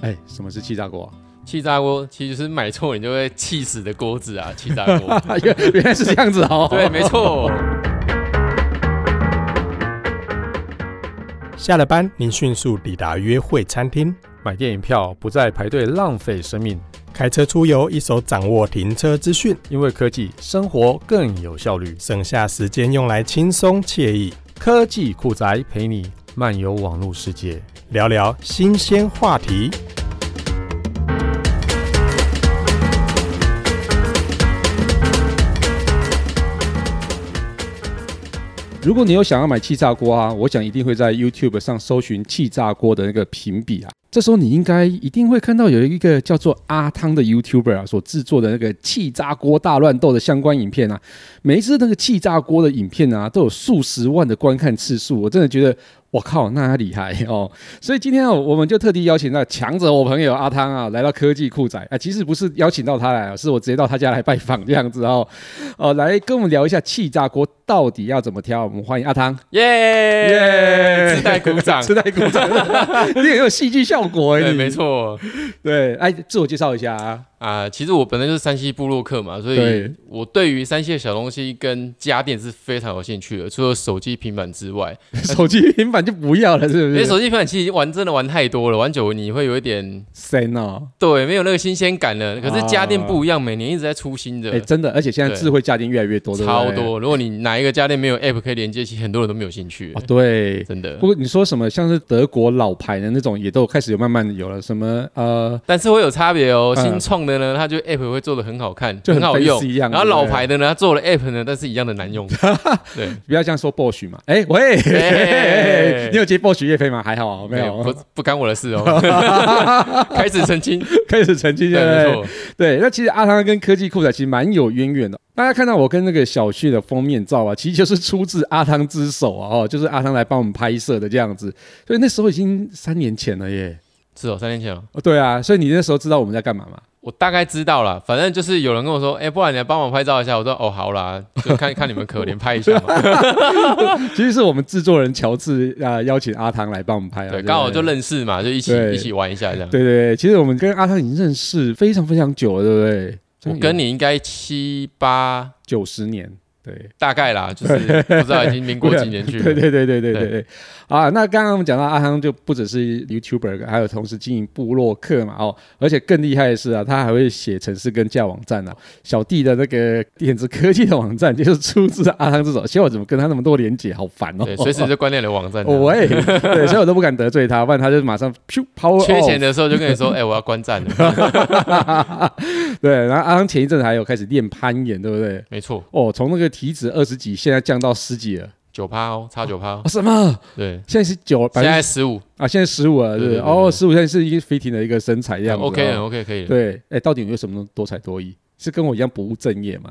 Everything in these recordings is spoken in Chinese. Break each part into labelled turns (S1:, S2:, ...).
S1: 哎，什么是气炸锅、啊？
S2: 气炸锅其实是买错你就会气死的锅子 啊！气炸锅，。
S1: 啊原原来是这样子哦
S2: 对，没错。
S3: 下了班，您迅速抵达约会餐厅，
S4: 买电影票不再排队浪费生命，
S3: 开车出游，一手掌握停车资讯，
S4: 因为科技生活更有效率。
S3: 省下时间用来轻松惬意，
S4: 科技酷宅陪你漫游网络世界。
S3: 聊聊新鲜话题。
S1: 如果你有想要买气炸锅啊，我想一定会在 YouTube 上搜寻气炸锅的那个评比啊。这时候你应该一定会看到有一个叫做阿汤的 YouTuber 啊所制作的那个气炸锅大乱斗的相关影片啊。每一次那个气炸锅的影片啊，都有数十万的观看次数，我真的觉得。我靠，那他厉害哦！所以今天啊，我们就特地邀请到强者我朋友阿汤啊，来到科技酷宅啊。其实不是邀请到他来啊，是我直接到他家来拜访这样子哦。哦，来跟我们聊一下气炸锅到底要怎么挑。我们欢迎阿汤，
S2: 耶
S1: 耶
S2: 自带鼓掌
S1: 自。带鼓 掌，你很有戏剧效果哎、
S2: 对，
S1: 你
S2: 没，错
S1: 对，哎，自我介绍一下 啊，
S2: 啊、其实我本来就是山西部落客嘛，所以
S1: 对
S2: 我对于山西的小东西跟家电是非常有兴趣的。除了手机、平板之外，
S1: 手机平板就不要了，是不
S2: 因为
S1: 是？
S2: 手机、平板其实玩真的玩太多了，玩久了你会有一点
S1: 神哦，
S2: 对没有那个新鲜感了。可是家电
S1: 啊
S2: 不一样，每年一直在出新的。
S1: 哎，真的，而且现在
S2: 对
S1: 智慧家电越来越多，对不
S2: 超
S1: 对
S2: 多。如果你哪一个家电没有 App 可以连接，其实很多人都没有兴趣
S1: 哦，，对。
S2: 真的
S1: 不。过你说什么像是德国老牌的那种，也都开始有慢慢的有了，什么呃，
S2: 但是会有差别哦，
S1: 嗯
S2: 新创的呢，它就 App 会做的很好看，
S1: 就很
S2: 好用
S1: fancy 一样
S2: 然后
S1: 对不
S2: 老
S1: 对
S2: 牌的呢，它做了 App 呢，但是一样的 难用。对，
S1: 不要这样说 Bosch 嘛，哎喂，
S2: 哎
S1: 你有接 Bosch 业费吗？还好啊没有，
S2: 不不干我的事哦。开始澄清，
S1: 开始澄清
S2: 对，
S1: 对不对
S2: 没错，
S1: 对，那其实阿汤跟科技酷仔其实蛮有渊源的。大家看到我跟那个小旭的封面照啊，其实就是出自阿汤之手啊，哦， 就是阿汤来帮我们拍摄的这样子。所以那时候已经三年前了耶。
S2: 是哦，三年前哦。
S1: 哦，对啊，所以你那时候知道我们在干嘛吗？
S2: 我大概知道了，反正就是有人跟我说，哎、不然你来帮我拍照一下。我说，哦，好啦，就看 看你们可怜，拍一下 嘛。
S1: 其实是我们制作人乔治啊、呃邀请阿汤来帮我们拍啊，
S2: 对，
S1: 不
S2: 刚好就认识嘛，就一起
S1: 对
S2: 一起玩一下这样。
S1: 对对对，其实我们跟阿汤已经认识非常非常久了，对不对？
S2: 我跟你应该七八
S1: 九十年，对。
S2: 大概啦，就是不知道已经民 国几年去了。
S1: 对对对对对对
S2: 对
S1: 对啊！那刚刚我们讲到阿汤就不只是 YouTuber，还有同时经营部落客嘛哦，而且更厉害的是啊，他还会写城市跟架网站啊。小弟的那个电子科技的网站就是出自阿汤之手，其实我怎么跟他那么多连结，好烦哦。
S2: 对，随时就关掉你的网站啊。
S1: 哦喂，对，所以我都不敢得罪他，不然他就马上哦噗 power
S2: 缺钱
S1: off
S2: 的时候就跟你说，哎、我要关站了。
S1: 对，然后阿汤前一阵子还有开始练攀岩，对不对？
S2: 没错，
S1: 哦，从那个体脂二十几，现在降到十几了。
S2: 九趴哦，差九趴、哦
S1: 哦，。什么？
S2: 对，
S1: 现在是九，百
S2: 现
S1: 分之
S2: 在十五
S1: 啊，现在十五了，是不是
S2: 对对对对
S1: 哦，十五现在是一个 fitting 的一个身材这样子、
S2: ，OK 了
S1: 哦。
S2: ，OK 可以了。
S1: 对，哎，到底你为什么多才多艺？是跟我一样不务正业吗？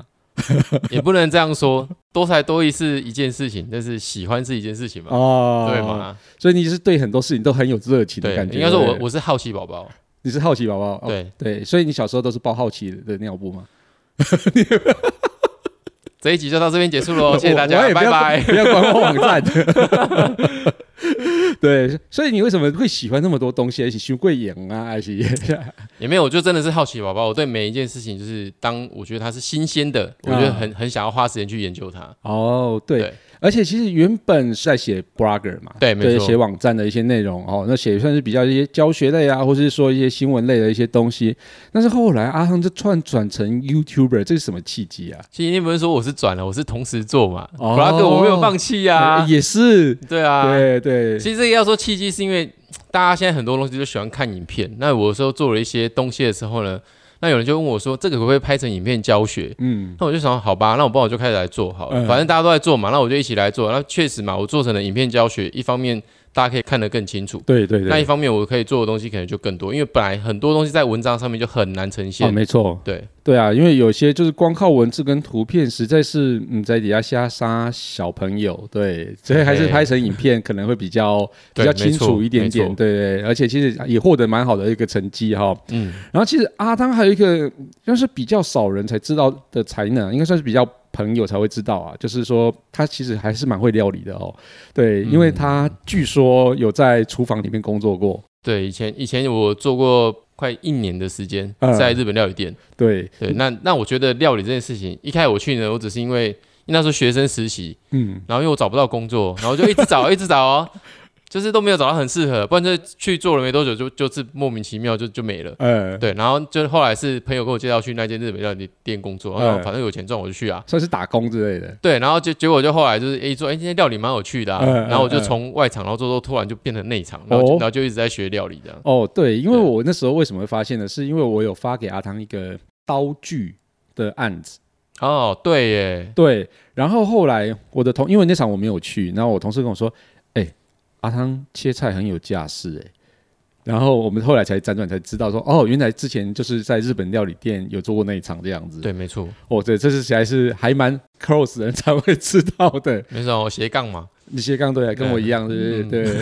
S2: 也不能这样说，多才多艺是一件事情，但是喜欢是一件事情嘛，
S1: 哦，
S2: 对？嘛？
S1: 所以你是对很多事情都很有热情的
S2: 对
S1: 感，觉。
S2: 应该说
S1: 对
S2: 我
S1: 不对
S2: 我是好奇宝宝，
S1: 你是好奇宝宝。哦
S2: 对，
S1: 对，所以你小时候都是抱好奇的尿布吗？
S2: 这一集就到这边结束喽，哦谢谢大
S1: 我我
S2: 家，
S1: 也不
S2: 拜
S1: 要
S2: 拜。
S1: 不要管我网站。 对，所以你为什么会喜欢那么多东西？一起修贵眼啊，还是
S2: 也没有，我就真的是好奇宝宝，我对每一件事情就是当我觉得它是新鲜的，我
S1: 嗯
S2: 觉得很很想要花时间去研究它。
S1: 哦，对，
S2: 对
S1: 而且其实原本是在写 blogger 嘛，
S2: 对没错
S1: 写网站的一些内容哦，那写算是比较一些教学类啊，或是说一些新闻类的一些东西。但是后来阿亨就突然转成 YouTuber，这是什么契机啊？
S2: 其实你不是说我是转了，我是同时做嘛，
S1: 哦
S2: 布拉哥我没有放弃啊
S1: 呃，也是，
S2: 对啊，
S1: 对对，
S2: 其实这个要说契机，是因为大家现在很多东西就喜欢看影片。那我有时候做了一些东西的时候呢，那有人就问我说：“这个可不可以拍成影片教学？”
S1: 嗯，
S2: 那我就想，好吧，那我帮我就开始来做好了，
S1: 嗯
S2: 反正大家都在做嘛，那我就一起来做。那确实嘛，我做成了影片教学，一方面大家可以看得更清楚，
S1: 对对
S2: 那一
S1: 对，
S2: 方面我可以做的东西可能就更多，因为本来很多东西在文章上面就很难呈
S1: 哦，
S2: 现。
S1: 没错，
S2: 对，
S1: 对啊，因为有些就是光靠文字跟图片，实在是嗯在底下瞎杀小朋友，对，所以还是
S2: 对
S1: 拍成影片可能会比较比
S2: 对
S1: 较
S2: 没
S1: 清
S2: 错
S1: 楚一点点
S2: 没，错
S1: 对对，而且其实也获得蛮好的一个成绩哈、
S2: 嗯，
S1: 然后其实阿汤还有一个，就是比较少人才知道的才能，应该算是比较朋友才会知道啊。就是说他其实
S2: 嗯
S1: 还是蛮会料理的哦。对，因为他据说有在厨房里面工作过。
S2: 对，以前以前我做过快一年的时间
S1: 嗯
S2: 在日本料理店。
S1: 对，
S2: 对，那那我觉得料理这件事情，一开始我去呢，我只是因为那时候学生实习，
S1: 嗯，
S2: 然后因为我找不到工作，然后就一直找，一直找哦，就是都没有找到很适合，不然就去做了没多久就就是莫名其妙就就没了。
S1: 呃，
S2: 对，然后就后来是朋友跟我介绍去那间日本料理店工作，然后
S1: 嗯
S2: 反正有钱赚我就去啊。
S1: 算是打工之类的，
S2: 对，然后就结果就后来就是诶做诶今天料理蛮有趣的、啊，
S1: 嗯嗯
S2: 然后我就
S1: 嗯
S2: 从外场，然后做做突然就变成内场，然后就、
S1: 哦
S2: 然后就一直在学料理这样。
S1: 哦，对，因为
S2: 对
S1: 我那时候为什么会发现呢？是因为我有发给阿汤一个刀具的案子，
S2: 哦，对耶，
S1: 对，然后后来我的同，因为那场我没有去，然后我同事跟我说，哎、阿汤切菜很有架势、哎。然后我们后来才辗转才知道说，哦，原来之前就是在日本料理店有做过那一场这样子。，
S2: 对，没错，
S1: 哦，对，这是还是还蛮 close 的 人才会知道的。
S2: 没错，我斜杠嘛，
S1: 你斜杠对啊，跟我一样，是不是？对。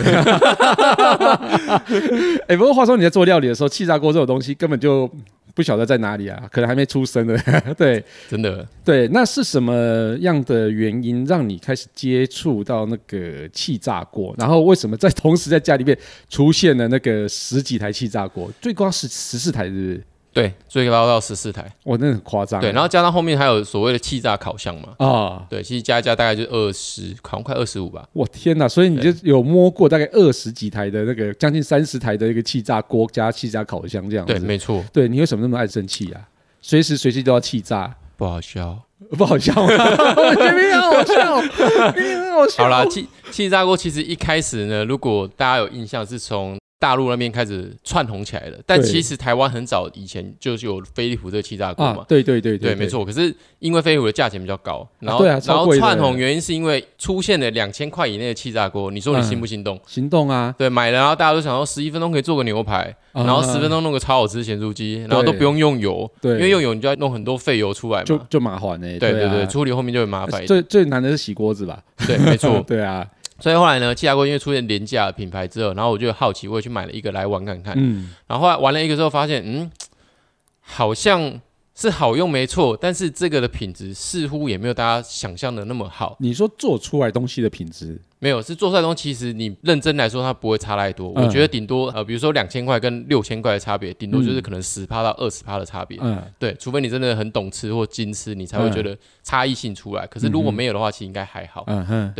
S1: 哎、不过话说你在做料理的时候，气炸锅这种东西根本就不晓得在哪里啊，可能还没出生呢。 对
S2: 真的。
S1: 对，那是什么样的原因让你开始接触到那个气炸锅？然后为什么在同时在家里面出现了那个十几台气炸锅，最高是十四台，是不是？
S2: 对，最高到十四台，
S1: 哇，那很夸张啊。
S2: 对，然后加上后面还有所谓的气炸烤箱嘛，
S1: 啊，
S2: 对，其实加一加大概就二十，好像快二十五吧。
S1: 我天哪！所以你就有摸过大概二十几台的那个，将近三十台的一个气炸锅加气炸烤箱这样子。
S2: 对，没错，
S1: 对你为什么那么爱生气啊？随时随地都要气炸，
S2: 不好笑。
S1: 不好笑啊 吗？我觉得你很好笑，你很好笑。
S2: 好啦，气气炸锅其实一开始呢，如果大家有印象，是从大陆那边开始窜红起来的。但
S1: 对
S2: 其实台湾很早以前就是有飞利浦这个气炸锅
S1: 啊
S2: 嘛，，
S1: 对对对
S2: 对，没。错。可是因为飞利浦的价钱比较高，然后、
S1: 对啊
S2: 然
S1: 超
S2: 后
S1: 贵的
S2: 窜红原因是因为出现了两千块以内的气炸锅，你说你心
S1: 嗯
S2: 不心动？
S1: 行动啊，
S2: 对，买了，然后大家都想说十一分钟可以做个牛排，
S1: 啊
S2: 然后十分钟弄个超好吃的咸酥鸡，然后都不用用油，
S1: 对
S2: 因为用油你就要弄很多废油出来嘛，
S1: 就就麻烦呢。
S2: 对
S1: 对
S2: 对
S1: 啊
S2: 对，处理后面就很麻烦一点，
S1: 最最难的是洗锅子吧？。
S2: 对，没错
S1: 对啊，
S2: 所以后来呢，气炸锅因为出现廉价的品牌之后，然后我就好奇，我也去买了一个来玩看看，
S1: 嗯，
S2: 然后后来玩了一个之后发现，嗯，好像是好用没错，但是这个的品质似乎也没有大家想象的那么好，
S1: 你说做出来东西的品质，
S2: 没有，是做出来的东西，其实你认真来说，它不会差太多。
S1: 嗯
S2: 我觉得顶多呃，比如说两千块跟六千块的差别，顶多就是可能十趴到二十趴的差别。
S1: 嗯，
S2: 对，除非你真的很懂吃或精吃，你才会觉得差异性出来。可是如果没有的话，其实应该还好。
S1: 嗯哼，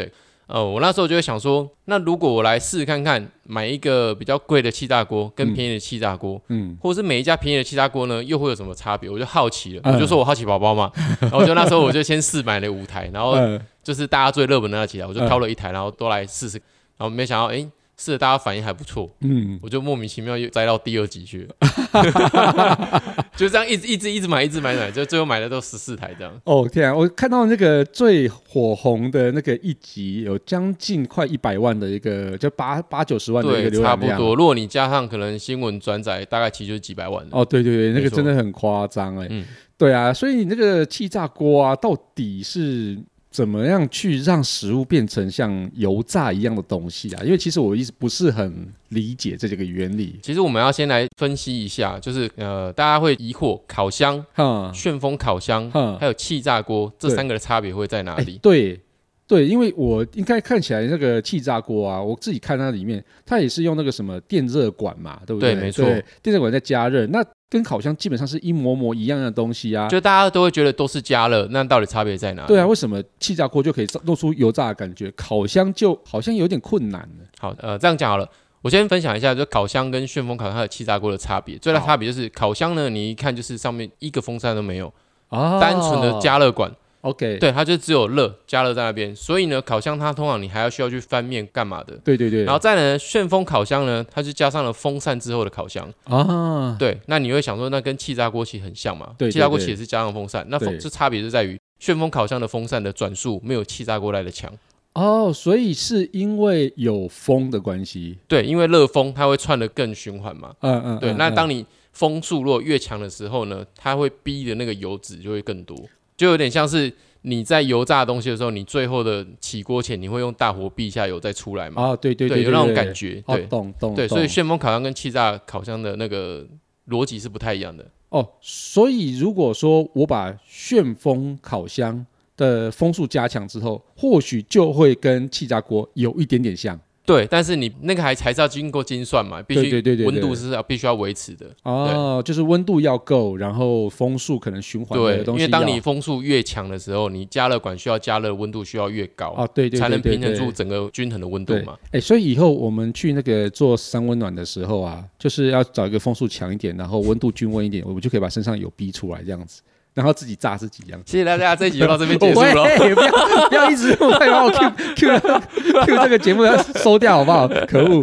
S2: 呃，我那时候就会想说，那如果我来试试看看，买一个比较贵的气炸锅跟便宜的气炸锅，
S1: 嗯，
S2: 或者是每一家便宜的气炸锅呢，又会有什么差别？我就好奇了，
S1: 嗯
S2: 我就说我好奇宝 宝嘛，然后就那时候我就先试买了五台，然后
S1: 呃
S2: 就是大家最热门的那几台，我就
S1: 嗯
S2: 挑了一台，然后都来试试，然后没想到，诶，试了大家反应还不错，
S1: 嗯，
S2: 我就莫名其妙又栽到第二集 去了，就这样一直一直一直买，一直买一直买，就最后买的都十四台这样。
S1: 哦天啊！我看到那个最火红的那个一集，有将近快一百万的一个，就八八九十万的一个
S2: 对，
S1: 浏
S2: 差
S1: 览
S2: 不
S1: 量。啊
S2: 多。如果你加上可能新闻转载，大概其实就是几百万的。
S1: 哦，对对对，那个
S2: 没错
S1: 真的很夸张哎。
S2: 嗯
S1: 对啊，所以你那个气炸锅啊，到底是怎么样去让食物变成像油炸一样的东西啊？因为其实我一直不是很理解这几个原理。
S2: 其实我们要先来分析一下，就是呃，大家会疑惑烤箱、
S1: 哈，
S2: 旋风烤箱
S1: 嗯
S2: 还有气炸锅这
S1: 对
S2: 三个的差别会在哪
S1: 哎
S2: 里？
S1: 对对，因为我应该看起来那个气炸锅啊，我自己看它里面，它也是用那个什么电热管嘛，对不对？
S2: 对没错
S1: 对电热管在加热，那跟烤箱基本上是一模模一样的东西啊。
S2: 就大家都会觉得都是加热，那到底差别在哪？
S1: 对啊，，为什么气炸锅就可以弄出油炸的感觉，烤箱就好像有点困难呢？
S2: 好，呃，这样讲好了。我先分享一下，就烤箱跟旋风烤箱还有气炸锅的差别。最大
S1: 好
S2: 差别就是烤箱呢，你一看就是上面一个风扇都没有，
S1: 哦
S2: 单纯的加热管，
S1: OK，
S2: 啊对，它就只有热加热在那边。所以呢，烤箱它通常你还要需要去翻面干嘛的。
S1: 对对对，
S2: 然后再来呢，旋风烤箱呢，它是加上了风扇之后的烤箱。
S1: 啊，
S2: 对，那你会想说，那跟气炸锅其实很像嘛？
S1: 对对
S2: 气炸锅
S1: 对
S2: 其实也是加上风扇，那风
S1: 对
S2: 这差别就在于旋风烤箱的风扇的转速没有气炸锅来的强。
S1: 哦，所以是因为有风的关系，
S2: 对，因为热风它会窜得更循环嘛。
S1: 嗯嗯，
S2: 对，
S1: 嗯
S2: 那
S1: 嗯
S2: 当你风速如果越强的时候呢，它会逼的那个油脂就会更多，就有点像是你在油炸东西的时候，你最后的起锅前你会用大火避一下油再出来嘛？
S1: 啊，对对对，
S2: 有那种
S1: 对
S2: 感，觉。
S1: 哦，
S2: 对
S1: 懂懂
S2: 对，所以
S1: 懂
S2: 旋风烤箱跟气炸烤箱的那个逻辑是不太一样的。
S1: 哦，所以如果说我把旋风烤箱的风速加强之后，或许就会跟气炸锅有一点点像
S2: 对，但是你那个还还是要经过精算嘛，必须
S1: 对对对对对
S2: 温度是要必须要维持的。
S1: 哦，就是温度要够，然后风速可能循环
S2: 对
S1: 的，东
S2: 因
S1: 西
S2: 为当
S1: 要
S2: 你风速越强的时候，你加热管需要加热温度需要越高，
S1: 哦，对对对
S2: 才能
S1: 对
S2: 平衡
S1: 对
S2: 住整个均衡的温度
S1: 对
S2: 嘛。，
S1: 哎，所以以后我们去那个做三温暖的时候啊，就是要找一个风速强一点，然后温度均温一点，我们就可以把身上有逼出来这样子，然后自己炸自己这样子。
S2: 谢谢大家，这一集就到 这边结束
S1: 喂
S2: 了。
S1: 不 要不要一直用，快把我 Q Q Q 这个节目要收掉好不好？ 可恶！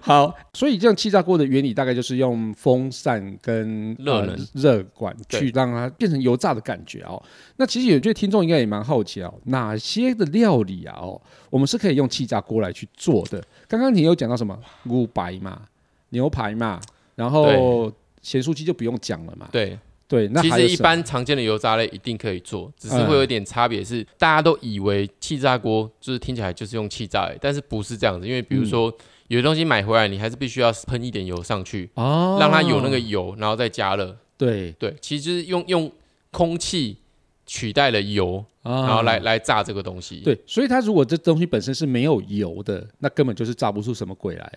S1: 好，所以这样气炸锅的原理大概就是用风扇跟
S2: 热
S1: 呃
S2: 能
S1: 热管
S2: 对
S1: 去让它变成油炸的感觉哦。那其实有些听众应该也蛮好奇哦，哪些的料理啊哦，我们是可以用气炸锅来去做的。刚刚你有讲到什么牛排嘛、牛排嘛，然后咸酥鸡就不用讲了嘛。
S2: 对，
S1: 对，那
S2: 其
S1: 还
S2: 实
S1: 有
S2: 一
S1: 什么
S2: 般常见的油炸类一定可以做，只是会有一点差别是，大家都以为气炸锅就是听起来就是用气炸而已，但是不是这样子？因为比如说、
S1: 嗯
S2: 有些东西买回来，你还是必须要喷一点油上去，
S1: 哦，
S2: 让它有那个油，然后再加热。
S1: 对
S2: 对，其实就是用用空气取代了油，
S1: 啊，
S2: 然后来、来炸这个东西。，
S1: 对，所以它如果这东西本身是没有油的，那根本就是炸不出什么鬼来。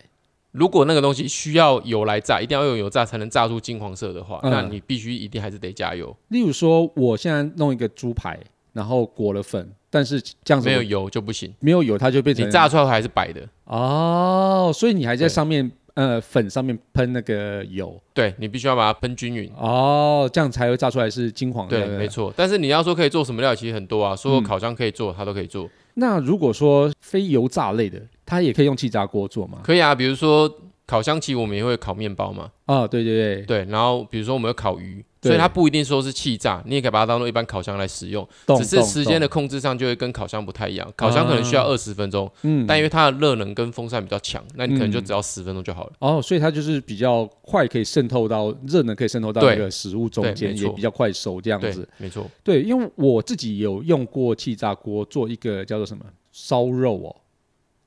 S2: 如果那个东西需要油来炸，一定要用油炸才能炸出金黄色的话，
S1: 嗯
S2: 那你必须一定还是得加油，
S1: 例如说，我现在弄一个猪排，然后裹了粉，但是这样子
S2: 没有油就不行。
S1: 没有油，它就变成
S2: 你炸出来还是白的，
S1: 哦，所以你还在
S2: 对
S1: 上面呃粉上面喷那个油
S2: 对你必须要把它喷均匀。
S1: 哦，这样才会炸出来是金黄的。
S2: 对，没。错。但是你要说可以做什么料，其实很多啊，所
S1: 嗯
S2: 有烤箱可以做，它都可以做。
S1: 那如果说非油炸类的，它也可以用气炸锅做吗？
S2: 可以啊，比如说烤香其实我们也会烤面包嘛，
S1: 啊、对对对，
S2: 对。然后比如说我们有烤鱼，
S1: 对
S2: 所以它不一定说是气炸，你也可以把它当做一般烤箱来使用，
S1: 懂
S2: 只是
S1: 懂
S2: 时间的
S1: 懂啊
S2: 控制上就会跟烤箱不太一样。烤箱可能需要二十分钟，
S1: 嗯
S2: 但因为它的热能跟风扇比较强，那你可能就
S1: 嗯
S2: 只要十分钟就好了。
S1: 哦，所以它就是比较快，可以渗透到热能，可以渗透到
S2: 对
S1: 那个食物
S2: 对
S1: 中间，
S2: 没
S1: 也
S2: 错
S1: 比较快熟这样
S2: 对
S1: 子。，
S2: 没错，
S1: 对，因为我自己有用过气炸锅做一个叫做什么烧肉哦，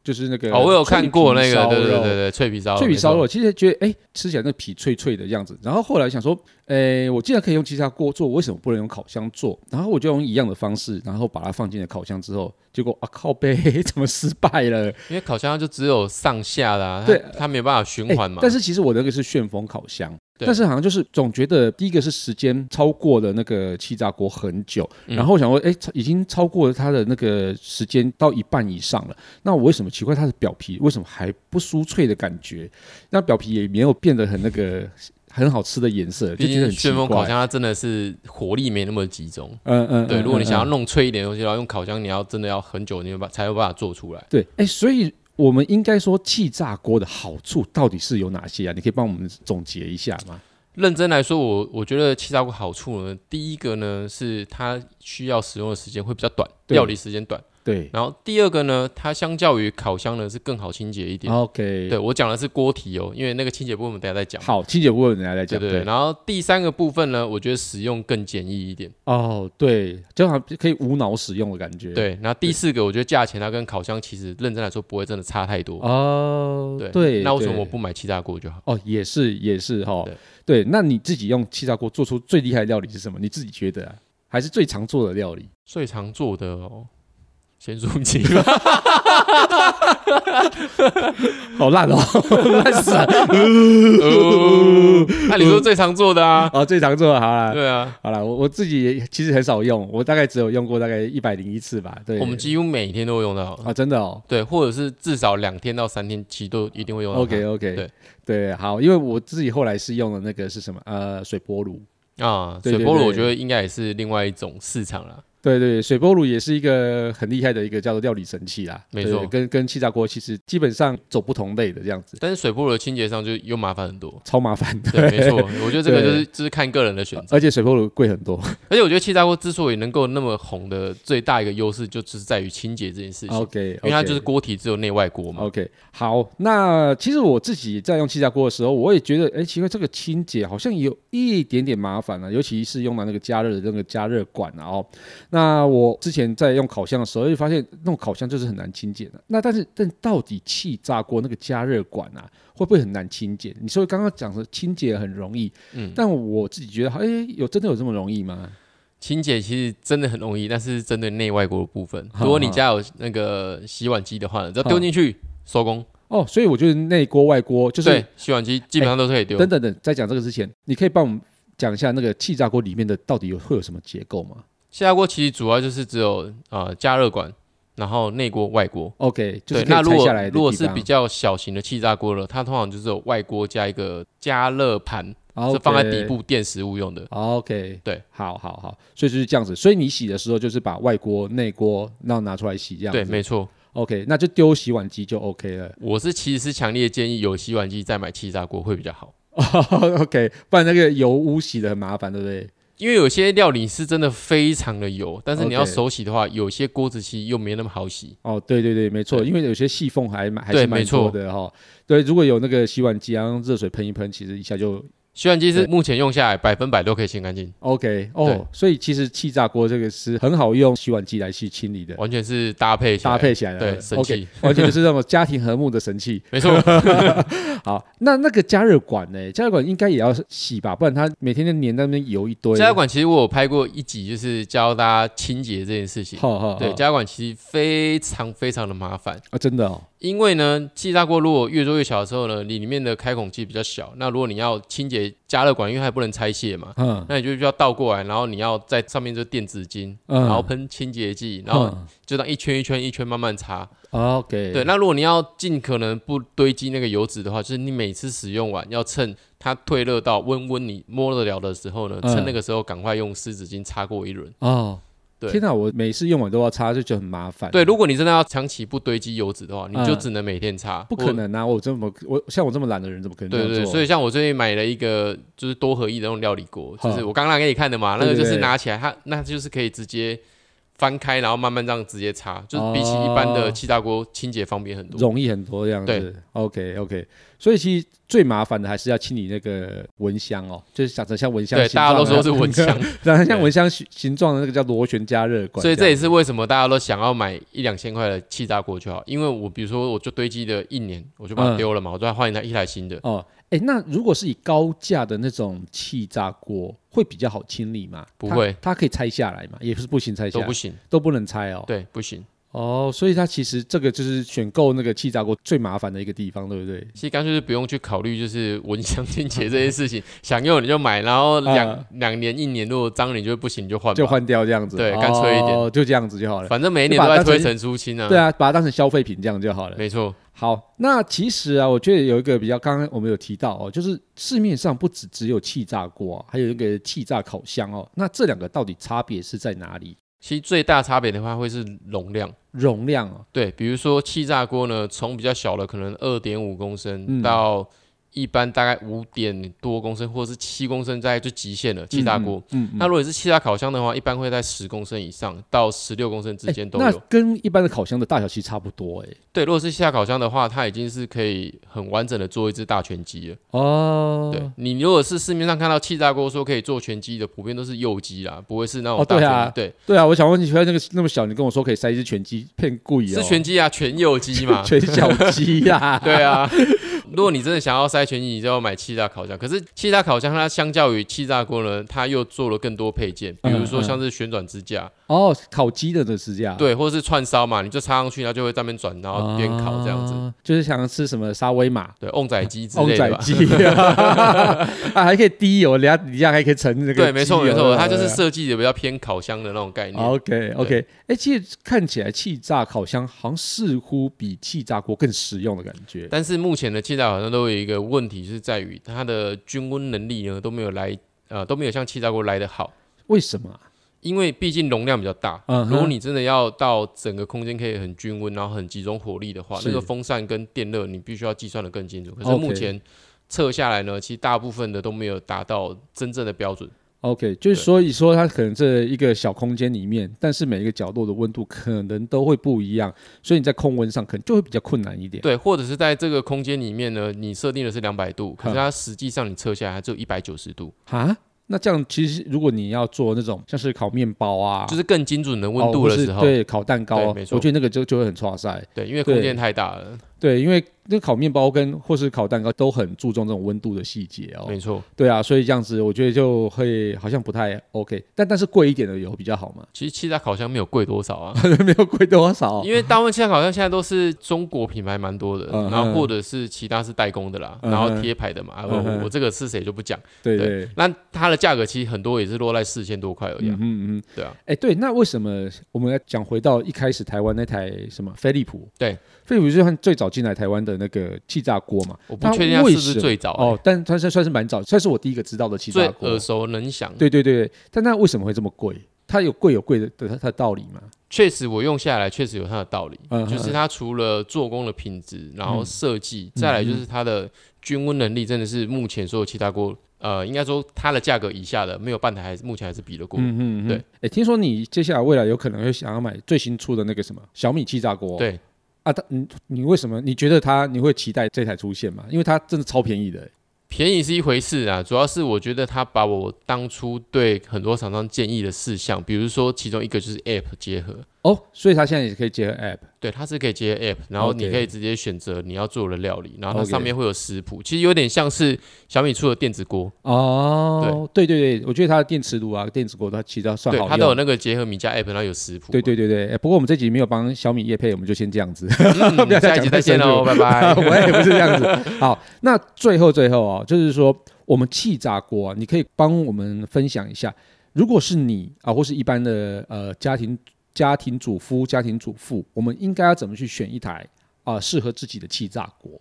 S1: 就是那个
S2: 哦，我有看过那个，
S1: 脆皮烧
S2: 对对对
S1: 肉
S2: 对，对脆皮烧，
S1: 脆皮
S2: 没错
S1: 烧肉，其实觉得哎吃起来那皮脆脆的样子，然后后来想说，哎，我既然可以用气炸锅做，为什么不能用烤箱做？然后我就用一样的方式，然后把它放进了烤箱之后，结果啊靠背 怎么失败了？
S2: 因为烤箱就只有上下啦，它
S1: 对
S2: 它没有办法循
S1: 哎
S2: 环嘛。
S1: 但是其实我那个是旋风烤箱，
S2: 对
S1: 但是好像就是总觉得第一个是时间超过了那个气炸锅很久，
S2: 嗯
S1: 然后我想说，哎，超已经超过了它的那个时间到一半以上了，那我为什么奇怪它的表皮为什么还不酥脆的感觉？那表皮也没有变得很那个很好吃的颜色，就觉
S2: 毕
S1: 得
S2: 竟
S1: 很奇
S2: 旋风烤
S1: 怪。
S2: 箱它真的是火力没那么集中。
S1: 嗯嗯，
S2: 对，
S1: 嗯
S2: 如果你想要
S1: 嗯嗯
S2: 弄脆一点的东西，然后用烤箱，你要真的要很久，你有办才有办法做出来。
S1: 对，哎，所以。我们应该说气炸锅的好处到底是有哪些啊？你可以帮我们总结一下吗？
S2: 认真来说，我我觉得气炸锅好处呢，第一个呢是它需要使用的时间会比较短，
S1: 对
S2: 料理时间短。
S1: 对
S2: 然后第二个呢，它相较于烤箱呢是更好清洁一
S1: 哦
S2: 点。
S1: ，OK，
S2: 对我讲的是锅体哦，因为那个清洁部分我们等一下再讲。
S1: 好，清洁部分人家来
S2: 对
S1: 讲，
S2: 对对，然后第三个部分呢，我觉得使用更简易一点。
S1: 哦，对，就好像可以无脑使用的感觉。，
S2: 对，然后第四个，我觉得价钱它啊跟烤箱其实认真来说不会真的差太多。
S1: 哦，
S2: 对
S1: 对，
S2: 那为什么
S1: 对
S2: 我？不买气炸锅就好？
S1: 哦，也是，也是哈、哦
S2: 对。
S1: 对，那你自己用气炸锅做出最厉害的料理是什么？你自己觉得、啊、还是最常做的料理？
S2: 最常做的哦，咸酥鸡 吧。
S1: 好烂 哦，烂死了！
S2: 哦那你说最常做的啊？
S1: 哦，最常做的好啦，
S2: 对啊，
S1: 好啦，我我自己也其实很少用，我大概只有用过大概一百零一次吧。对，
S2: 我们几乎每天都会用到。
S1: 啊，真的哦。
S2: 对，或者是至少两天到三天，其实都一定会用到它。
S1: OK OK，
S2: 对
S1: 对，好，因为我自己后来是用的那个是什么？呃，水波炉。
S2: 啊，
S1: 对
S2: 水
S1: 对
S2: 波炉
S1: 对
S2: 我觉得应该也是另外一种市场啦。
S1: 对对，水波炉也是一个很厉害的一个叫做料理神器啦，
S2: 没错
S1: 对跟跟气炸锅其实基本上走不同类的这样子，
S2: 但是水波炉的清洁上就又麻烦很 多。
S1: 超麻烦的。
S2: 对，没错，我觉得这个就是就是看个人的选择。
S1: 而且水波炉贵很多。
S2: 而且我觉得气炸锅之所以能够那么红的最大一个优势，就只是在于清洁这 件事情，
S1: OK，
S2: 因为它就是锅体只有内外锅嘛。
S1: OK。好，那其实我自己在用气炸锅的时候，我也觉得，哎，奇怪，这个清洁好像有一点点麻烦啊，尤其是用到那个加热的那个加热管啊。哦，那我之前在用烤箱的时候，就发现那种烤箱就是很难清洁的。那但是，但到底气炸锅那个加热管啊，会不会很难清洁？你说刚刚讲的清洁很容易，
S2: 嗯
S1: 但我自己觉得，哎，有真的有这么容易吗？
S2: 清洁其实真的很容易，但是针对内外锅的部分，
S1: 好
S2: 如果你家有那个洗碗机的话，只要
S1: 好
S2: 丢进去，收工。
S1: 哦，所以我觉得内锅外锅就是哎
S2: 对，洗碗机基本上都是可以丢。
S1: 等等等，在讲这个之前，你可以帮我们讲一下那个气炸锅里面的到底有会有什么结构吗
S2: 气炸锅其实主要就是只有呃加热管，然后内锅外锅。
S1: ？OK，就是
S2: 对，
S1: 可
S2: 那
S1: 以
S2: 如
S1: 拆
S2: 果
S1: 下来的
S2: 如果
S1: 地
S2: 是
S1: 方
S2: 比较小型的气炸锅了，它通常就是有外锅加一个加热盘，
S1: 啊
S2: 是放在
S1: OK
S2: 底部垫食物用的。
S1: OK，
S2: 对，
S1: 好好好，所以就是这样子。所以你洗的时候就是把外锅、内锅然后拿出来洗，这样
S2: 对，
S1: 子
S2: 没错。
S1: OK，那就丢洗碗机就 OK 了。
S2: 我是其实是强烈建议有洗碗机再买气炸锅会比较好，
S1: OK，不然那个油污洗的很麻烦，对不对？
S2: 因为有些料理是真的非常的油，但是你要
S1: OK
S2: 手洗的话，有些锅子其实又没那么好洗。
S1: 哦，对对对，没错，
S2: 对
S1: 因为有些细缝还蛮还
S2: 对
S1: 是蛮
S2: 没
S1: 多
S2: 错
S1: 的哈、对，如果有那个洗碗机，然后用热水喷一喷，其实一下就
S2: 洗碗机
S1: 对
S2: 是目前用下来百分百都可以清干净，
S1: OK
S2: 对
S1: 哦。所以其实气炸锅这个是很好用洗碗机来去清理的，
S2: 完全是搭配哦起来
S1: 搭。配起来
S2: 对
S1: 的
S2: 神
S1: OK，
S2: 器
S1: 完全就是那种家庭和睦的神器。
S2: 没错，
S1: 好，那那个加热管呢？加热管应该也要洗吧，不然它每天就粘在那边油一堆。
S2: 加热，管其实我有拍过一集，就是教大家清洁这件事情。
S1: 好好
S2: 对，加热管其实非常非常的麻烦，
S1: 啊，真的哦，
S2: 因为呢，气炸锅如果越做越小的时候呢，你里面的开孔器比较小，那如果你要清洁加热管，因为它也不能拆卸嘛，
S1: 嗯
S2: 那你就需要倒过来，然后你要在上面就垫纸巾，
S1: 嗯
S2: 然后喷清洁剂，然后就当一圈一圈一圈慢慢擦。
S1: 嗯 OK，
S2: 对，那如果你要尽可能不堆积那个油脂的话，就是你每次使用完要趁它退热到温温你摸得了的时候呢，
S1: 嗯
S2: 趁那个时候赶快用湿纸巾擦过一轮。
S1: 哦，
S2: 对
S1: 天哪，我每次用完都要擦，就觉得很麻烦。
S2: 对，如果你真的要长期不堆积油脂的话，你就
S1: 嗯
S2: 只能每天擦。
S1: 不
S2: 我
S1: 可能啊！我这么我像我这么懒的人，怎么可能这
S2: 对
S1: 样做？啊
S2: 对，所以像我最近买了一个就是多合一的那种料理锅，
S1: 好
S2: 就是我刚刚拿给你看的嘛，那
S1: 对
S2: 个
S1: 对
S2: 就是
S1: 对
S2: 拿起来它那就是可以直接翻开，然后慢慢这样直接擦，就是比起一般
S1: 哦
S2: 的气炸锅清洁方便很多。
S1: 容易很多这样
S2: 对
S1: 子。OK OK，所以其实最麻烦的还是要清理那个蚊香哦，就是长成像蚊香
S2: 对，
S1: 形
S2: 大
S1: 状
S2: 家
S1: 的，
S2: 都说是 蚊香，
S1: 长成像
S2: 对
S1: 蚊香形形状的那个叫螺旋加热管样，
S2: 所以这也是为什么大家都想要买一两千块的气炸锅就好，因为我比如说我就堆积了一年，我就把
S1: 嗯
S2: 它丢了嘛，我就换一台一台新的。
S1: 哦。哎，那如果是以高价的那种气炸锅，会比较好清理吗？
S2: 不
S1: 它
S2: 会
S1: 它可以拆下来嘛？也不是不行拆下
S2: 都
S1: 来，
S2: 不行，
S1: 都不能拆哦。
S2: 对，不行。
S1: 哦，所以它其实这个就是选购那个气炸锅最麻烦的一个地方，对不对？
S2: 其实干脆就不用去考虑就是蚊香清洁这些事情， 想用你就买，然后
S1: 嗯
S2: 两两年一年如果脏了你就不行你就换吧，
S1: 就换掉这样子，
S2: 对干脆一点
S1: 哦，就这样子就好了。
S2: 反正每一
S1: 就
S2: 年
S1: 把
S2: 都
S1: 它当
S2: 在
S1: 成
S2: 推陈出新啊。
S1: 对，啊，把它当成消费品这样就好了。
S2: 没错，
S1: 好，那其实啊，我觉得有一个比较，刚刚我们有提到哦，就是市面上不只只有气炸锅、啊，还有一个气炸烤箱哦。那这两个到底差别是在哪里？
S2: 其实最大差别的话会是容量。
S1: 容量哦，
S2: 对，比如说气炸锅呢，从比较小的可能二点五公
S1: 嗯
S2: 升到一般大概五点多公升或者是七公升，大概就极限了。气炸锅。
S1: 嗯，嗯嗯
S2: 那如果你是气炸烤箱的话，一般会在十公升以上到十六公升之间都
S1: 诶
S2: 有
S1: 哎那。跟一般的烤箱的大小其实差不多哎。
S2: 对，如果是气炸烤箱的话，它已经是可以很完整的做一只大全鸡了。
S1: 哦，
S2: 对你如果是市面上看到气炸锅说可以做全鸡的，普遍都是幼鸡啦，不会是那
S1: 哦
S2: 种大
S1: 对
S2: 全
S1: 啊
S2: 鸡。对，
S1: 对啊，我想问你，原来那个那么小，你跟我说可以塞一只全鸡，骗故意哦，
S2: 是全鸡啊，全幼鸡 嘛。。
S1: 全小鸡啦
S2: 对啊，如果你真的想要筛选，你就要买气炸烤箱。可是气炸烤箱它相较于气炸锅呢，它又做了更多配件，比如说像是旋转支架，
S1: 哦，烤鸡的的支架，，
S2: 对，或是串烧嘛，你就插上去，它就会在那边转，然后边烤这样子。
S1: 啊就是想吃什么沙威玛。
S2: 对，瓮仔鸡之
S1: 旺
S2: 类的
S1: 仔
S2: 吧。
S1: 鸡 啊，还可以滴油，人家底下还可以盛那个。啊
S2: 对，没错没错，它就是。设计的比较偏烤箱的那种概念。
S1: OK OK，哎、诶其实看起来气炸烤箱好像似乎比气炸锅更实用的感觉。
S2: 但是目前的气炸烤箱都有一个问题，是在于它的均温能力呢都没有来，呃，都没有像气炸锅来的好。
S1: 为什么啊、
S2: 因为毕竟容量比较大，
S1: 嗯哼
S2: 如果你真的要到整个空间可以很均温，然后很集中火力的话，
S1: 是
S2: 那个风扇跟电热你必须要计算的更清楚。可是
S1: OK
S2: 目前测下来呢，其实大部分的都没有达到真正的标准。
S1: OK，就是
S2: 对
S1: 所以说它可能这一个小空间里面，但是每一个角落的温度可能都会不一样，所以你在控温上可能就会比较困难一点。
S2: 对，或者是在这个空间里面呢，你设定的是两百
S1: 嗯
S2: 度，可是它实际上你测下来它只有一百九十度，
S1: 啊，那这样其实如果你要做那种像是烤面包啊，
S2: 就是更精准的温
S1: 哦
S2: 度
S1: 或
S2: 的
S1: 是
S2: 时候，
S1: 对，烤蛋糕，
S2: 对没错
S1: 我觉得那个就就会很挫塞。
S2: 对因为
S1: 对
S2: 空间太大了，
S1: 对，因为那烤面包跟或是烤蛋糕都很注重这种温度的细节哦。
S2: 没错，
S1: 对啊，所以这样子我觉得就会好像不太 OK，但但是贵一点的有比较好嘛，
S2: 其实气炸烤箱没有贵多少啊，
S1: 没有贵多少哦。
S2: 因为大部分气炸烤箱现在都是中国品牌蛮多的，
S1: 嗯
S2: 然后或者是其他是代工的啦，
S1: 嗯
S2: 然后贴牌的嘛，啊
S1: 嗯
S2: 我我这个是谁就不讲。
S1: 对
S2: 对
S1: 对，
S2: 那它的价格其实很多也是落在四千多块而已
S1: 嗯
S2: 啊，
S1: 嗯嗯，
S2: 对啊，
S1: 哎，对，那为什么我们要讲回到一开始台湾那台什么飞利浦？
S2: 对，
S1: 飞利浦就是最早进来台湾的那个气炸锅嘛。
S2: 我不确定它
S1: 为
S2: 是不
S1: 什
S2: 是
S1: 么
S2: 最早欸、
S1: 哦，但它算算是蛮早，算是我第一个知道的气
S2: 最呃嗯
S1: 炸锅
S2: 耳。熟能详。
S1: 对对对，但那为什么会这么贵？它有贵有贵的的它的道理嘛？
S2: 确实我用下来确实有它的道理，
S1: 嗯
S2: 就是它除了做工的品质，然后设计，
S1: 嗯
S2: 再来就是它的均温能力，真的是目前所有其他锅，呃，应该说它的价格以下的没有半台还是目前还是比得过。
S1: 嗯嗯嗯
S2: 对。
S1: 哎，听说你接下来未来有可能会想要买最新出的那个什么小米气炸锅？
S2: 对，
S1: 啊，它你你为什么你觉得它你会期待这台出现吗？因为它真的超便宜的、
S2: 便宜是一回事啊，主要是我觉得它把我当初对很多厂商建议的事项，比如说其中一个就是 App 结合，
S1: 哦，所以它现在也可以结合 App。
S2: 对，它是可以接 app，然后
S1: OK
S2: 你可以直接选择你要做的料理，然后它
S1: OK
S2: 上面会有食谱，其实有点像是小米出的电子锅，
S1: 哦，对对对我觉得它的电磁炉啊、电子锅它其实它算
S2: 对
S1: 好，用。
S2: 它都有那个结合米家 app，然后有食谱嘛。啊
S1: 对对对对，哎不过我们这集没有帮小米叶配，我们就先这样子。
S2: 嗯，
S1: 不要再
S2: 下一集
S1: 讲
S2: 再
S1: 太
S2: 见
S1: 深入
S2: 喽，拜拜。
S1: 我也不是这样子。好，那最后最后哦，就是说我们气炸锅啊，你可以帮我们分享一下，如果是你啊，或是一般的呃家庭家庭主夫、家庭主妇，我们应该要怎么去选一台啊、适合自己的气炸锅？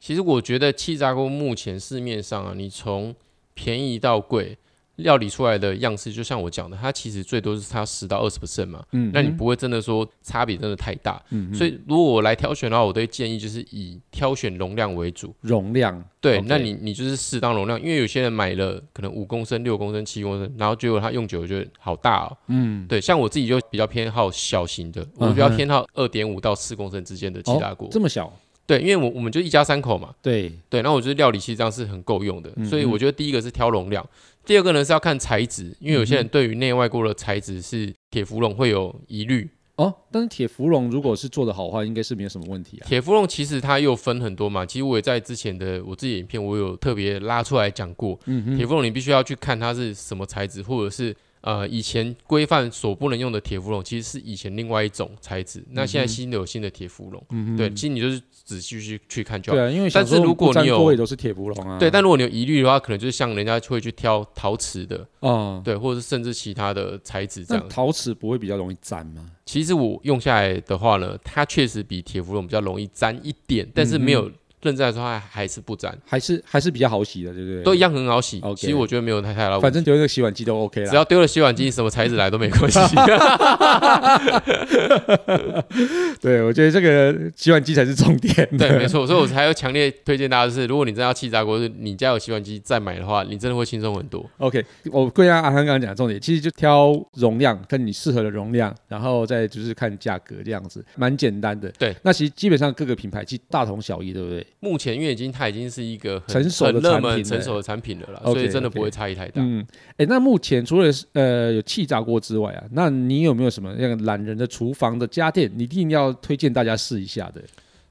S2: 其实我觉得气炸锅目前市面上啊，你从便宜到贵，料理出来的样式，就像我讲的，它其实最多是差十到二十 percent 嘛。
S1: 嗯
S2: 那你不会真的说差别真的太大，
S1: 嗯
S2: 所以如果我来挑选的话，我都会建议就是以挑选容量为主。
S1: 容量
S2: 对
S1: OK
S2: 那你你就是适当容量，因为有些人买了可能五公升、六公升、七公升，然后结果他用久了就好大哦。嗯，对，像我自己就比较偏好小型的，我比较
S1: 嗯哼
S2: 偏好二点五到四公升之间的气炸锅。
S1: 哦、这么小？
S2: 对，因为我我们就一家三口嘛，
S1: 对，
S2: 对，然后我觉得料理其实这样是很够用的，
S1: 嗯
S2: 所以我觉得第一个是挑容量，第二个呢是要看材质，因为有
S1: 嗯
S2: 些人对于内外锅的材质是铁氟龙会有疑虑，
S1: 哦，但是铁芙蓉如果是做的好的话，应该是没有什么问题啊。
S2: 铁氟龙其实它又分很多嘛，其实我也在之前的我自己的影片，我有特别拉出来讲过。
S1: 嗯
S2: 铁氟龙你必须要去看它是什么材质，或者是呃以前规范所不能用的铁氟龙，其实是以前另外一种材质。那现在新的有新的铁氟龙，
S1: 嗯
S2: 对，其实你就是仔细去去看就好
S1: 对。啊，因为
S2: 但
S1: 想说
S2: 是如果
S1: 不沾
S2: 你有
S1: 锅也都是铁芙蓉啊。
S2: 对，但如果你有疑虑的话，可能就是像人家会去挑陶瓷的，
S1: 哦，
S2: 对，或者是甚至其他的材质这
S1: 那
S2: 样。
S1: 陶瓷不会比较容易粘吗？
S2: 其实我用下来的话呢，它确实比铁氟龙比较容易粘一点，但是
S1: 嗯
S2: 没有认真来说，它还是不粘。
S1: 还是还是比较好洗的，对不对？
S2: 都一样很好洗。
S1: OK
S2: 其实我觉得没有太太大的问题
S1: 反正丢那个洗碗机都 OK 啦。
S2: 只要丢了洗碗机，什么材质来都没 关系。
S1: 对，我觉得这个洗碗机才是重点。
S2: 对，没错，所以我才要强烈推荐大家，就是如果你真的要气炸锅，就是你家有洗碗机再买的话，你真的会轻松很 多。
S1: OK，我归纳阿康刚刚讲的重点，其实就挑容量跟你适合的容量，然后再就是看价格这样子，蛮简单的。
S2: 对，
S1: 那其实基本上各个品牌其实大同小异，对不对？
S2: 目前因为已经它已经是一个很
S1: 成熟的
S2: 很热
S1: 产
S2: 门、
S1: 品了
S2: 成熟的产品了啦，
S1: OK，
S2: 所以真的
S1: OK
S2: 不会差异太大。
S1: 嗯，哎，那目前除了呃有气炸锅之外啊，那你有没有什么那个懒人的厨房的家电，你一定要推荐大家试一下的？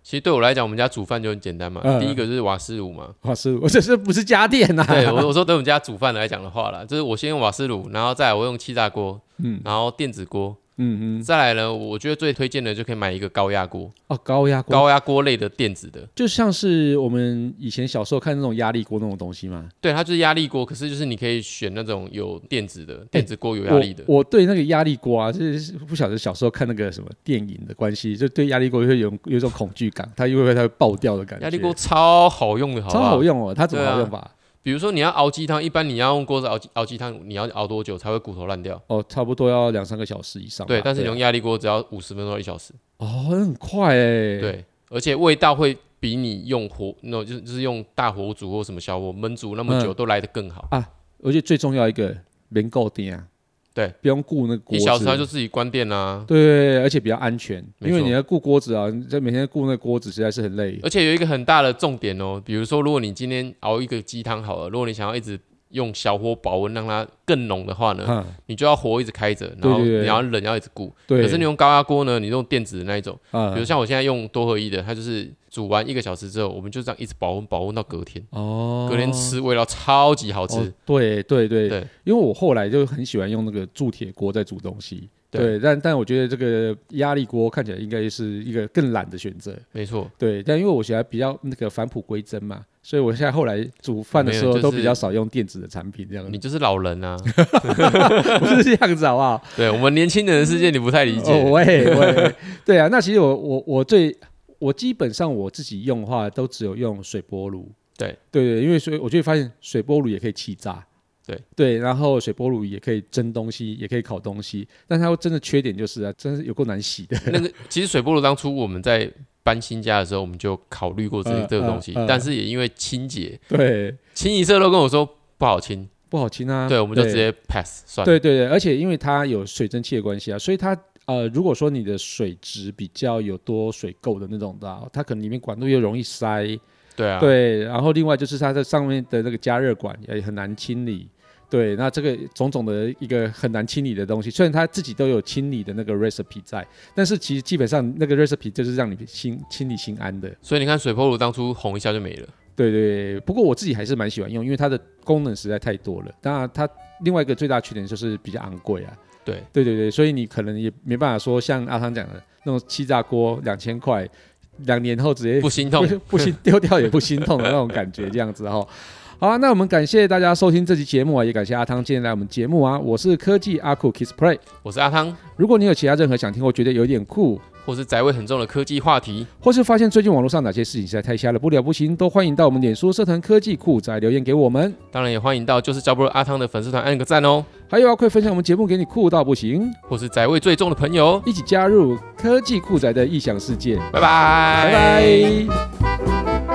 S2: 其实对我来讲，我们家煮饭就很简单嘛。
S1: 嗯
S2: 第一个就是瓦斯炉 嘛。
S1: 哇，师傅，这是不是家电呐、啊？
S2: 对我我说对我们家煮饭来讲的话啦，就是我先用瓦斯炉，然后再来我用气炸锅，
S1: 嗯
S2: 然后电子锅，
S1: 嗯嗯，
S2: 再来呢，我觉得最推荐的就可以买一个高压锅，
S1: 哦，高压锅，
S2: 高压锅类的电子的。
S1: 就像是我们以前小时候看那种压力锅那种东西吗？
S2: 对，它就是压力锅，可是就是你可以选那种有电子的，电子锅有压力的。
S1: 哎我我对那个压力锅啊，就是不晓得小时候看那个什么电影的关系，就对压力锅会有有一种恐惧感，它因为它会爆掉的感觉。
S2: 压力锅超好用的，好不
S1: 超
S2: 好？
S1: 好用哦，它怎么
S2: 对啊
S1: 好用法？
S2: 比如说你要熬鸡汤，一般你要用锅子熬鸡熬鸡汤，你要熬多久才会骨头烂掉？
S1: 哦，差不多要两三个小时以上吧。
S2: 对，但是你
S1: 啊
S2: 用压力锅只要五十分钟到一小时。
S1: 哦，那很快哎。
S2: 对，而且味道会比你用火，那就是就是用大火煮或什么小火焖煮那么
S1: 嗯
S2: 久都来得更好。
S1: 我觉得最重要一个能够电啊，
S2: 对，
S1: 不用顾那个锅
S2: 一
S1: 子。
S2: 小时它就自己关啊电啦。
S1: 对，而且比较安全，
S2: 没
S1: 因
S2: 错
S1: 为你要顾锅子啊，你这每天顾那锅子实在是很累。
S2: 而且有一个很大的重点哦，比如说如果你今天熬一个鸡汤好了，如果你想要一直用小火保温让它更浓的话呢，
S1: 嗯，
S2: 你就要火一直开着，然后
S1: 对对对
S2: 你要冷要一直顾。
S1: 对。
S2: 可是你用高压锅呢，你用电子的那一种，
S1: 啊
S2: 比如像我现在用多合一的，它就是煮完一个小时之后，我们就这样一直保温保温到隔天，
S1: 哦，
S2: 隔天吃味道超级好吃
S1: 哦。对对对
S2: 对
S1: 因为我后来就很喜欢用那个铸铁锅在煮东西。
S2: 对
S1: 对，但但我觉得这个压力锅看起来应该是一个更懒的选择。
S2: 没错，
S1: 对，但因为我现在比较那个返璞归真嘛，所以我现在后来煮饭的时
S2: 没有
S1: 候
S2: 就是
S1: 都比较少用电子的产品，这样 子。
S2: 你就是老人啊。
S1: 不是这样子好不好？
S2: 对我们年轻人的世界你不太理解。
S1: 哦， 喂喂，对啊，那其实我我我最我基本上我自己用的话，都只有用水波炉。
S2: 对
S1: 对对，因为所以我就会发现水波炉也可以气炸。
S2: 对
S1: 对，然后水波炉也可以蒸东西，也可以烤东西，但它真的缺点就是啊，真是有够难洗的。
S2: 那个其实水波炉当初我们在搬新家的时候，我们就考虑过这
S1: 呃
S2: 这个东西
S1: 呃呃，
S2: 但是也因为清洁，
S1: 对，
S2: 清一色都跟我说不好清，
S1: 不好清啊。
S2: 对，我们就直接 pass 算了。
S1: 对对对，而且因为它有水蒸气的关系啊，所以它呃，如果说你的水质比较有多水垢的那种的啊、它可能里面管路又容易塞，
S2: 对啊，
S1: 对，然后另外就是它在上面的那个加热管也很难清理。对，那这个种种的一个很难清理的东西，虽然它自己都有清理的那个 recipe 在，但是其实基本上那个 recipe 就是让你心清理心安的。
S2: 所以你看水波炉当初红一下就没了。
S1: 对对，不过我自己还是蛮喜欢用，因为它的功能实在太多了。当然，它另外一个最大缺点就是比较昂贵啊。
S2: 对
S1: 对对对，所以你可能也没办法说像阿汤讲的那种气炸锅两千块，两年后直接
S2: 不心痛
S1: 不 不心丢掉也不心痛的那种感觉，这样子哈。好啊，那我们感谢大家收听这期节目啊，也感谢阿汤今天来我们节目啊。我是科技阿酷 Kiss Play，
S2: 我是阿汤，
S1: 如果你有其他任何想听或觉得有点酷，
S2: 或是宅味很重的科技话题，
S1: 或是发现最近网络上哪些事情实在太瞎了不了不行，都欢迎到我们脸书社团科技酷仔留言给我们。
S2: 当然也欢迎到就是教不了阿汤的粉丝团按个赞哦，
S1: 还有啊，快分享我们节目给你酷到不行，
S2: 或是宅味最重的朋友，哦
S1: 一起加入科技酷仔的异想世界。
S2: 拜拜
S1: 拜拜。